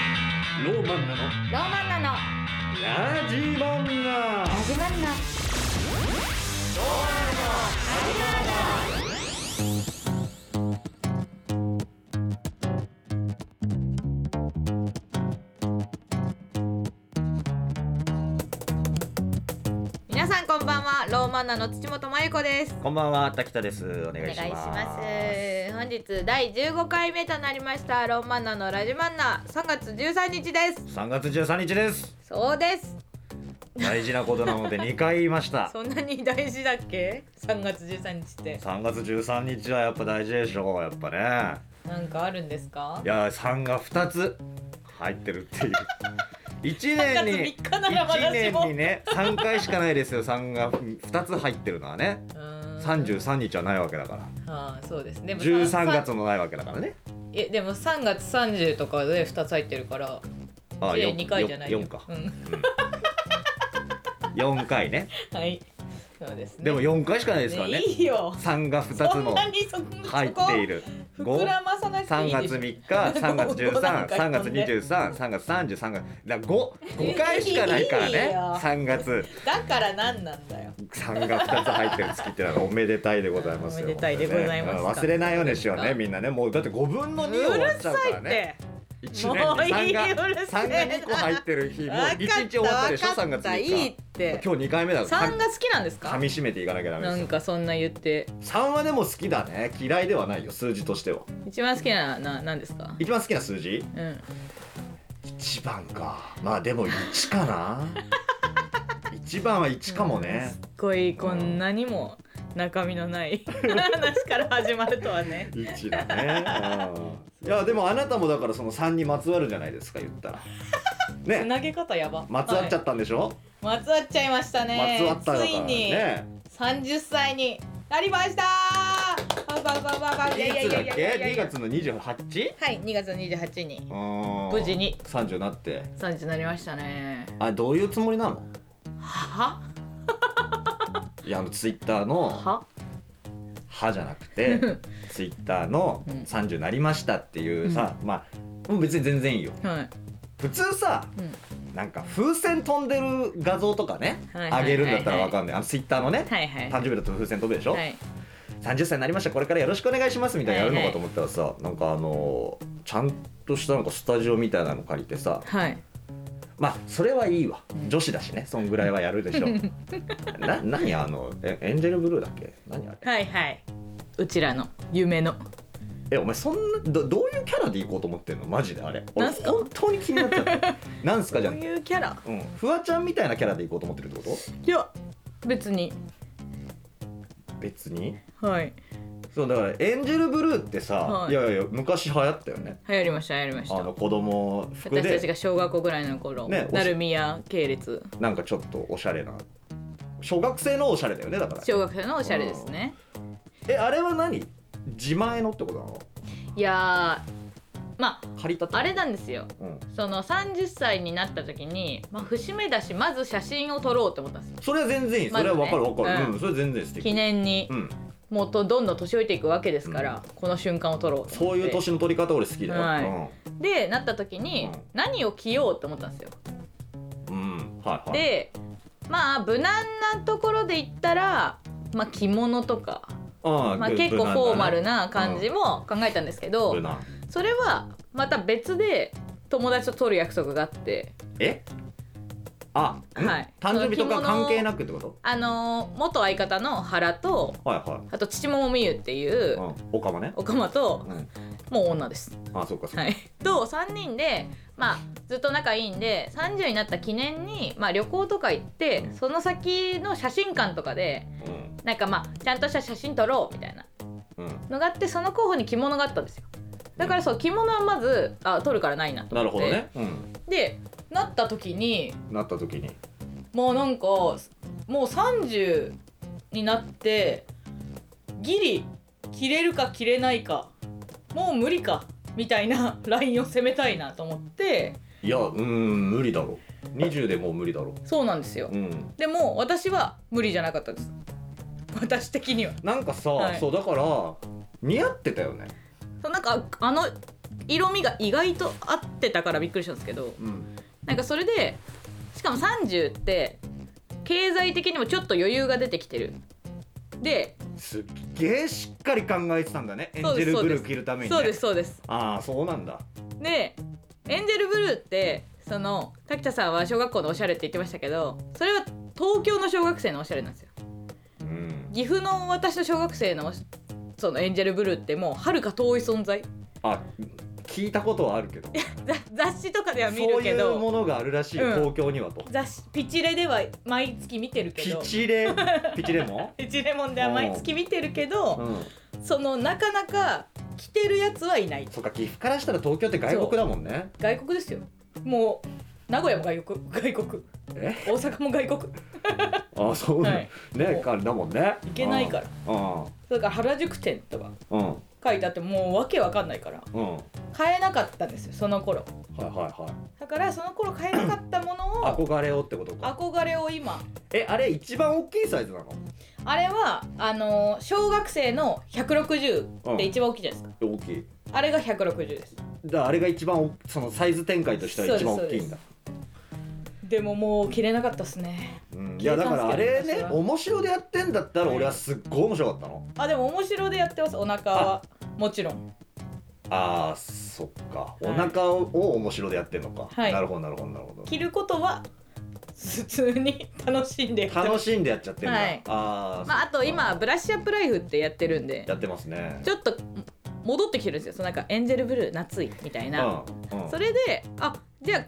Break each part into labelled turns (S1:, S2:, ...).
S1: ローマンナの
S2: ローマンナの
S1: ラジマンナ
S2: ラジマンナ皆さんこんばんはローマンナの土本真由子です
S1: こんばんは滝田ですお
S2: お
S1: 願
S2: 願
S1: い
S2: い
S1: し
S2: しま
S1: ます
S2: 本日第15回目となりましたローマンナのラジマンナ3月13日です
S1: す3月13日です
S2: そうです
S1: 大事なことな ので2回言いました
S2: そんなに大事だっけ3月13日って
S1: 3月13日はやっぱ大事でしょうやっぱね
S2: なんかあるんですか
S1: いや3が2つ入ってる っていう1
S2: 3
S1: 年
S2: 月
S1: に
S2: 3日ならま
S1: 1
S2: だしも
S1: 年にね3回しかないですよ3が2つ入ってるのはね
S2: うーん
S1: 33日はないわけだから
S2: ああそうですねでも
S1: 13
S2: さん
S1: 月もないわけだからね
S2: えでも3月30とかで2つ入ってるから
S1: あ
S2: 計2回じゃないよ
S1: 4か
S2: う、ん、
S1: 4回ね
S2: はいそうですね
S1: でも4回しかない
S2: で
S1: ですからね
S2: いいよ
S1: 3が2
S2: そ
S1: つ
S2: ん
S1: も
S2: なにそこ
S1: 入ってい
S2: る
S1: る
S2: 膨らまさなくてい
S1: 3
S2: いで
S1: 月
S2: し
S1: 3
S2: ょ
S1: 日3月
S2: 五段
S1: 133
S2: 階
S1: 3月
S2: 飛んで
S1: 233月303月だ55回しかないから
S2: いい
S1: ね
S2: よ
S1: 3月
S2: だから何なんだよ
S1: 3が2つ入ってる月ってのはおめでたいでございますよ
S2: おめでたいでございます
S1: 本当にね忘れないようにしようねみんなねもうだって5分の
S2: う
S1: 2終わ
S2: る
S1: っちゃうか
S2: さい
S1: ら
S2: っ
S1: ね
S2: て
S1: 1
S2: もういい
S1: 年に3
S2: う
S1: が
S2: るせえ
S1: 3
S2: な
S1: が2個入ってる日もう1日終わったでしょ3月3
S2: い
S1: 日
S2: いって
S1: 今日2回目だか
S2: 3
S1: ら
S2: が好きなんです
S1: 噛
S2: か
S1: み締めていかなきゃダメ
S2: な
S1: です
S2: ん
S1: よ
S2: かそんな言って
S1: 3はでも好きだね嫌いではないよ数字としては
S2: 一番好きなな何ですか
S1: 一番好きな数字
S2: うん
S1: 1番かまあでも1か な1番は1かもね
S2: すっごいこんなにも中身 のない話から始まるとはね
S1: 1だね、うんいやでもあなたもだからその3にまつわるじゃないですか言った ら
S2: つ
S1: ね
S2: なげ方やば
S1: まつわっちゃったんでしょ、
S2: はいまつわっちゃいましたね
S1: まつわっただ
S2: つ
S1: か
S2: い
S1: ら
S2: に
S1: ね
S2: 30歳になりましたパンパンパンパンパンいやいや
S1: い
S2: い
S1: つだっ
S2: や
S1: け
S2: いやいや
S1: 2月の 28?
S2: はい2月28日に
S1: 無
S2: 無事に
S1: 30になって
S2: 30になりましたね
S1: あどういうつもりなの
S2: はい
S1: やあのツイッターの
S2: は
S1: 歯じゃなく てツイッターの
S2: うん
S1: 30なりましたっていうさ、まあもう別に全然いいよ
S2: はい
S1: 普通さ
S2: うん
S1: なんか風船飛んでる画像とかね
S2: はい
S1: あげるんだったらわ
S2: る
S1: かんないあのツイッターのね
S2: はいはい
S1: 誕生日だと風船飛ぶでしょ、
S2: はい
S1: 30歳になりましたこれからよろしくお願いしますみたいなのやるのかと思ったらさ、なんかあのーちゃんとしたなんかスタジオみたいなの借りてさ
S2: はい
S1: まあそれはいいわ
S2: うん
S1: 女子だしねそんぐらいはやるで しょな何あのえエンジェルブルーだっけ何あれ
S2: はいはいうちらの夢の
S1: えお前そんなどどういうキャラで行こうと思ってんのマジであれ俺
S2: なんすか
S1: 本当に気になっちゃ ったなんすかじゃ
S2: そ
S1: ん
S2: ういうキャラ
S1: うん、フワちゃんみたいなキャラで行こうと思ってるってこ
S2: いや別に
S1: と別に
S2: はい
S1: そうだからエンジェルブルーってさ、
S2: はい
S1: い、やいや昔流行ったよね
S2: 流行りました流行りまし
S1: あ
S2: た
S1: の子供服
S2: 私たち
S1: で
S2: が小学校ぐらいの頃、
S1: ねおし
S2: なるみや系列
S1: なんかちょっとおしゃれな小学生のおしゃれだよねだから
S2: 小学生のおしゃれですね
S1: えあれは何自前のってことなの
S2: いやーま
S1: 借りたって
S2: ああれなんですよ
S1: うん、
S2: その30歳になった時に、まあ、節目だしまず写真を撮ろうと思ったんですよ
S1: それは全然いいそ
S2: まず
S1: れ
S2: ね
S1: は分かる分かる、
S2: うん
S1: うん、それ全然素敵
S2: 記念に
S1: うん、
S2: もうとどんどん年老いていくわけですから、この瞬間を撮ろうと思って
S1: そういう年の取り方俺好きだよ、
S2: はでなった時に
S1: うん
S2: 何を着ようと思ったんですよ
S1: うん、うん、はいはい
S2: でまあ無難なところで言ったら、まあ、着物とか、
S1: ああ
S2: まあ、
S1: ぐ
S2: 結構フォーマル
S1: 無
S2: な感じも考えたんですけど、
S1: 難だね
S2: それはまた別で友達と撮る約束があって
S1: 無難えあ、うん
S2: はい
S1: 誕生日とか
S2: その着物
S1: 関係なくってこと
S2: あのー元相方の原と
S1: はいは
S2: あと父もみゆっていう
S1: い、うん、おかまね
S2: おかまと
S1: うん、
S2: もう女です。
S1: あそうかそうか、
S2: はい、と3人で、まあ、ずっと仲いいんで30になった記念に、まあ、旅行とか行ってその先の写真館とかでなんかまあちゃんとした写真撮ろうみたいな
S1: うん、うん
S2: のがあってその候補に着物があったんですよだからそう着物はまずあ撮るからないなと
S1: な
S2: 思
S1: る
S2: って
S1: ほどね、うん、
S2: でなった時に
S1: なった時に
S2: もうなんかもう30になってギリ着れるか着れないかもう無理かみたいな ラインを攻めたいなと思って
S1: いやうーん無理だろ20でもう無理だろ
S2: そうなんですよ
S1: うん
S2: でも私は無理じゃなかったです私的には
S1: なんかさ、
S2: はい
S1: そうだから似合ってたよね
S2: そうなんかあの色味が意外と合ってたからびっくりしたんですけど
S1: うん
S2: なんかそれでしかも30って経済的にもちょっと余裕が出てきてるです
S1: っげえしっかり考えてたんだねエンジ
S2: そう
S1: ェ
S2: です
S1: ルブルー着るために、ね、
S2: そうですそうです
S1: ああそうなんだ
S2: でエンジェルブルーってその滝田さんは小学校のおしゃれって言ってましたけどそれは東京の小学生のおしゃれなんですよ
S1: うん
S2: 岐阜の私の小学生のそのエンジェルブルーってもうはるか遠い存在
S1: あ聞いたことはあるけど
S2: ざ雑誌とかでは見
S1: そ
S2: る
S1: う
S2: け
S1: いう
S2: ど
S1: ものがあるらしい、
S2: うん
S1: 東京にはと
S2: 雑誌ピチレでは毎月見てるけ
S1: ピ
S2: ど
S1: チレピチレも
S2: ピチレモンでは毎月見てるけ
S1: う
S2: ど
S1: ん
S2: そのなかなか着てるやつはいない
S1: そっか岐阜からしたら東京って外国だもんね
S2: 外国ですよもう名古屋も外国外国
S1: え
S2: 大阪も外国
S1: あそうなの、
S2: はい
S1: ねあれだもんね
S2: 行けないから
S1: うん
S2: だから原宿店とか
S1: うん
S2: 書いてあってもうわけわかんないから
S1: うんはい
S2: 買えなかったんですよその頃
S1: はいはい
S2: だからその頃買えなかったものを
S1: 憧れをってことか
S2: 憧れを今
S1: えあれ一番大きいサイズなの
S2: あれはあのー小学生の160って一番大きいじゃないですか、
S1: 大きい
S2: あれが160です
S1: だからあれが一番おそのサイズ展開としては一番大きいんだ
S2: でももう着れなかったっすね
S1: うんいやだからあれ
S2: 消え
S1: ね
S2: たんすけど私は
S1: 面白でやってんだったら俺はすっごい面白かったの
S2: あでも面白でやってますお腹はもちろん
S1: あーそっか
S2: い
S1: お腹を,、面白でやってんのか、
S2: はい
S1: なるほどなるほどなるほど
S2: 着ることは普通に楽しんでやってます
S1: 楽しんでやっちゃってんだ、
S2: はい
S1: あー
S2: まあ、あと今ブラッシュアップライフってやってるんで
S1: やってますね
S2: ちょっと戻ってきてるんですよそのなんかエンジェルブルー夏いみたいな、
S1: うんうん
S2: それであじゃあ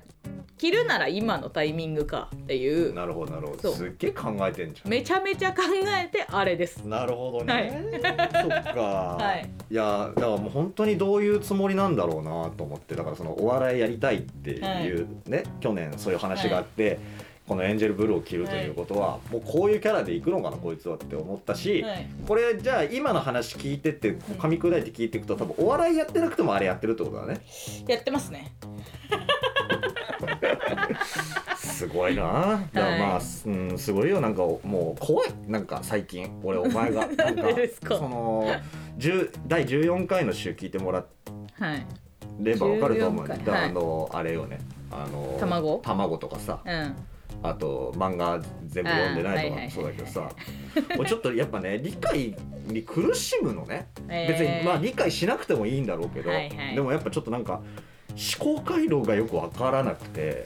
S2: 着るなら今のタイミングかっていう
S1: なるほどなるほ
S2: そ
S1: ど
S2: う
S1: すっげえ考えてんじゃん
S2: めちゃめちゃ考えてあれです
S1: なるほどね、 そっか、
S2: はい、
S1: いやだからもう本当にどういうつもりなんだろうなと思ってだからそのお笑いやりたいっていうね、去年そういう話があって、このエンジェルブルーを着るということは、もうこういうキャラでいくのかなこいつはって思ったし、
S2: はい、
S1: これじゃあ今の話聞いてってこう噛み砕いて聞いていくと多分お笑いやってなくてもあれやってるってことだね
S2: やってますね
S1: すごいな だからまあ、うん、すごいよなんかもう怖いなんか最近俺お前がなん
S2: なんでですか
S1: その10第14回の週聞いてもらって。
S2: はい
S1: レバーわかると思うんだ
S2: 14
S1: だから
S2: はい
S1: あの、あれよねあの
S2: 卵
S1: 卵とかさ
S2: うん
S1: あと漫画全部読んでないと
S2: あーはいはいはい
S1: かそうだけどさもうちょっとやっぱね理解に苦しむのね別
S2: え
S1: に
S2: ー
S1: まあ理解しなくてもいいんだろうけど、
S2: はいはい
S1: でもやっぱちょっとなんか思考回路がよくわからなくて、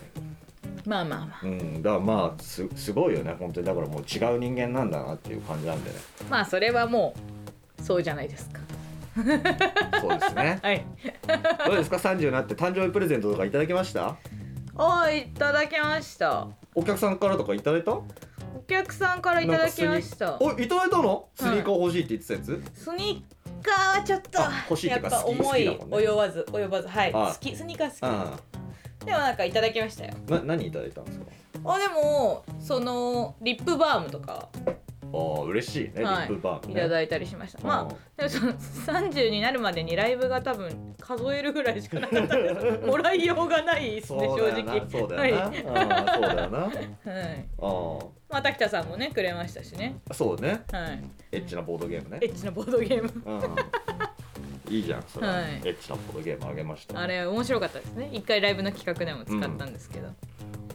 S2: まあまあま
S1: う
S2: あ
S1: ん、だからまあすすごいよね本当にだからもう違う人間なんだなっていう感じなんでね
S2: まあそれはもうそうじゃないですか
S1: そうですね
S2: はい
S1: どうですか30になって誕生日プレゼントとかいただきました
S2: おいただきました
S1: お客さんからとかいただいた
S2: お客さんからいただきました
S1: おいただいたのスニーカー欲しいって言ってたやつ、
S2: スニーカーはちょっと
S1: あ欲しいって
S2: やっ
S1: いうか
S2: ぱ
S1: 好き
S2: 重い
S1: 好きだもんね
S2: 及ばず及ばずはい
S1: あ
S2: 好きスニーカー好
S1: う
S2: きでもなんかいただきましたよ
S1: んな何いただいたんですか
S2: あでもそのリップバームとか
S1: ああ嬉しいね、
S2: はい
S1: リップバーム
S2: い
S1: ね
S2: ただいたりしました、まあでもその30になるまでにライブが多分数えるぐらいしかなかったんでもらいようがないで す
S1: そう
S2: ね正
S1: だよ
S2: 直
S1: なそうだよな、
S2: はい
S1: ああそうだよ な
S2: はい、
S1: あ
S2: まあ滝田さんもねくれましたしね
S1: あそうね
S2: はい
S1: エッチなボードゲームね
S2: エッチなボードゲーム
S1: うんいいじゃんそれ、
S2: はい
S1: エッチなボードゲームあげました
S2: あれ面白かったですね一回ライブの企画でも使ったんですけど、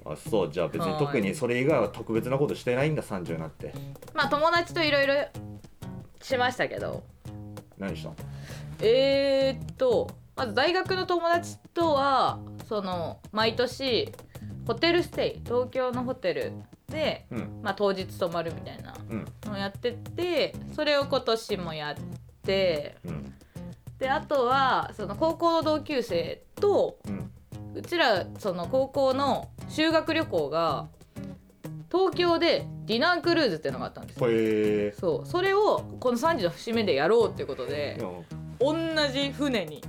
S1: あそうじゃあ別に
S2: はい
S1: 特にそれ以外は特別なことしてないんだ30になって
S2: まあ友達といろいろしましたけど
S1: 何したの
S2: えー、っとまず大学の友達とはその毎年ホテルステイ東京のホテルで、
S1: うん
S2: まあ、当日泊まるみたいな
S1: うん
S2: のをやっててそれを今年もやって
S1: うん
S2: であとはその高校の同級生と
S1: うん
S2: うちらその高校の修学旅行が東京でディナークルーズっていうのがあったんですよ
S1: これ
S2: そうそれをこの3時の節目でやろうっていうことで
S1: うんうん
S2: 同じ船に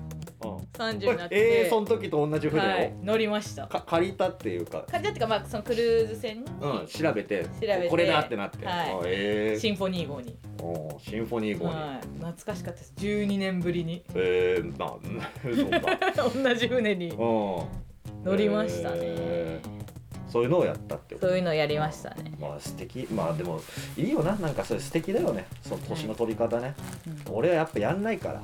S2: 30になっ
S1: え
S2: て、
S1: ー、その時と同じ船を、
S2: はい、乗りました
S1: か借りたっていうか
S2: 感じだっていうかまあそのクルーズ船に、
S1: うん、調べて
S2: べて
S1: これだってなって、
S2: はい
S1: あえー、
S2: シンフォニー号に、
S1: おーシンフォニー号に、
S2: はい、懐かしかったです12年ぶりに
S1: えー、まあうん そうか
S2: 同じ船に
S1: うん
S2: 乗りましたね、
S1: えーそういうのをやったってこと
S2: そういうのやりましたね、
S1: まあ素敵まあでもいいよななんかそれ素敵だよねその年の取り方ね、
S2: うん
S1: 俺はやっぱやんないから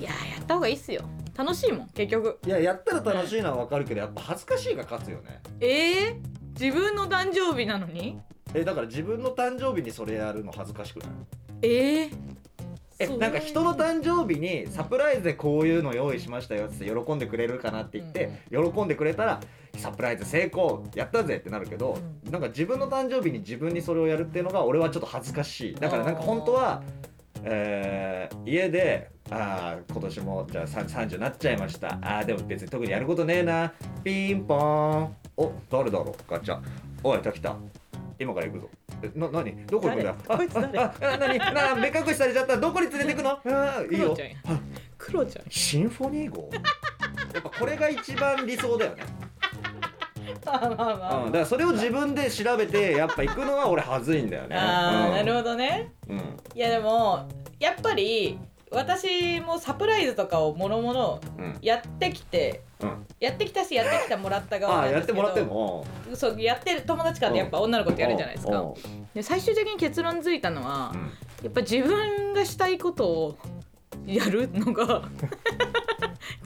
S2: いやーやった方がいいっすよ楽しいもん結局
S1: いややったら楽しいのはわかるけどやっぱ恥ずかしいが勝つよね
S2: ええ自分の誕生日なのに
S1: えだから自分の誕生日にそれやるの恥ずかしくない
S2: ええ
S1: えなんか人の誕生日にサプライズでこういうの用意しましたよって喜んでくれるかなって言って、喜んでくれたらサプライズ成功やったぜってなるけど、なんか自分の誕生日に自分にそれをやるっていうのが俺はちょっと恥ずかしいだからなんか本当は、えー家であー今年もじゃあさ30になっちゃいましたあーでも別に特にやることねえなピンポーンお誰だろうガチャおい来た今から行くぞえな何どこ行くんだ
S2: 誰こいつ誰
S1: ああ何な目隠しされちゃったどこに連れてくのあーいい
S2: クロ
S1: よ
S2: ちゃんやクロちゃん
S1: シンフォニー号やっぱこれが一番理想だよね、
S2: まあまあま
S1: うん、だからそれを自分で調べてやっぱ行くのは俺恥ずいんだよね
S2: ああーなる
S1: ほ
S2: ほどね
S1: ど、うん
S2: いやでもやっぱり私もサプライズとかをもろもろ
S1: うん
S2: やってきて
S1: うん、
S2: やってきたしやってきたもらった
S1: あ
S2: 側
S1: あ
S2: なん
S1: や
S2: で
S1: っ
S2: す
S1: て
S2: けど
S1: もらっても
S2: そうやってる友達間でやっぱ女の子とやるじゃないです
S1: う
S2: か
S1: ん
S2: で最終的に結論づいたのは
S1: うん
S2: やっぱ自分がしたいことをやる のが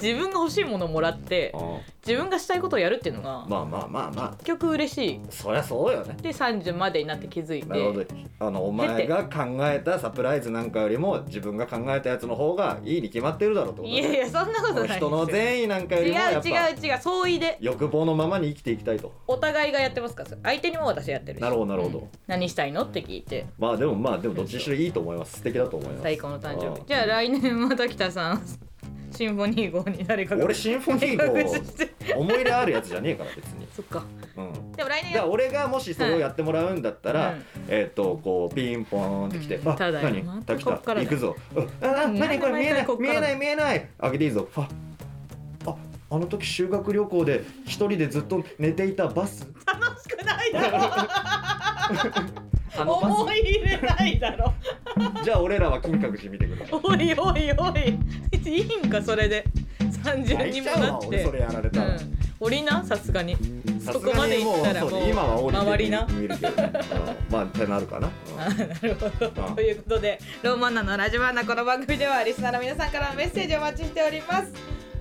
S2: 自分が欲しいものをもらって
S1: うん
S2: 自分がしたいことをやるっていうのが
S1: まあまあまあま
S2: 結局嬉し
S1: あそりゃそうよね
S2: いで30までになって気づい
S1: なるほど
S2: て
S1: あのお前が考えたサプライズなんかよりも自分が考えたやつの方がいいに決まってるだろうってこと
S2: いやいやそんなことないです
S1: 人
S2: よ
S1: の善意なんかよ
S2: 違う
S1: りもやっぱ
S2: 違う違う相違で
S1: 欲望のままに生きていきたいと
S2: お互いがやってますからそれ相手にも私やってるし
S1: なるほどなるほど
S2: うん何したいのって聞いて
S1: まあでもまあでもどっちにしろいいと思います素敵だと思います
S2: 最高の誕生
S1: う
S2: 日
S1: ん
S2: じゃあ来年また北さんシンフォニー号に誰かが
S1: 俺シンフォニ
S2: 隠
S1: ー
S2: して
S1: 号思い入れあるやつじゃねえから別 に、
S2: そっか
S1: うん、だか
S2: でも来年
S1: ら俺がもしそれをやってもらうんだったら、
S2: うん
S1: えっ、とこうピンポーンってきて「
S2: うん
S1: あ
S2: ただい
S1: 何
S2: ま
S1: た
S2: た
S1: き
S2: こ
S1: た
S2: っからだ
S1: 行くぞ」うん「ああ
S2: うん
S1: 何これ見えない
S2: 毎回こっ
S1: 見え
S2: からだ
S1: ない見えない」開けていいぞあああの時修学旅行で一人でずっと寝ていたバス
S2: 楽しくないだろ
S1: あのバ
S2: 思い入れないだろ
S1: スじゃあ俺らは金閣寺見て ください
S2: おいおいおいいいんかそれで30
S1: 泣
S2: に
S1: い
S2: も
S1: ちゃう
S2: な
S1: わ
S2: っ
S1: 俺
S2: て
S1: それやられ
S2: う
S1: たら。
S2: ん降りなさすがに
S1: さ
S2: そ
S1: す
S2: こ
S1: が
S2: まで
S1: にも
S2: 行
S1: う
S2: ったら
S1: そう
S2: もう
S1: 今は降りて
S2: 周りな
S1: 見るけど、うんまあってなるかな、うん
S2: あなるほど
S1: うん
S2: ということで「ローマンナのラジバーナ」この番組ではリスナーの皆さんからのメッセージをお待ちしております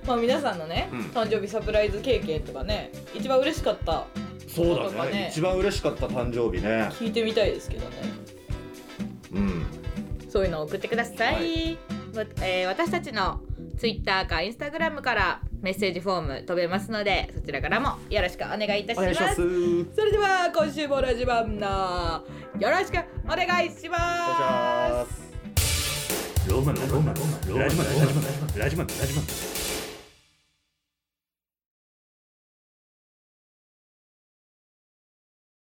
S2: まあ皆さんのね、
S1: うん
S2: 誕生日サプライズ経験とかね一番嬉しかった
S1: そうだ
S2: とか
S1: ね
S2: ね
S1: 一番嬉しかった誕生日ね
S2: 聞いてみたいですけどね
S1: うん
S2: そういうのを送ってください、
S1: は
S2: わえー私たちのツイッターかインスタグラムからメッセージフォーム飛べますのでそちらからもよろしくお願いいたし
S1: お
S2: ま
S1: 願い
S2: す
S1: しますお
S2: それでは今週もラジバンナーよろしくお願いします
S1: 願いしますローマンローマンローマンラジマンラジマンラジマンラジマン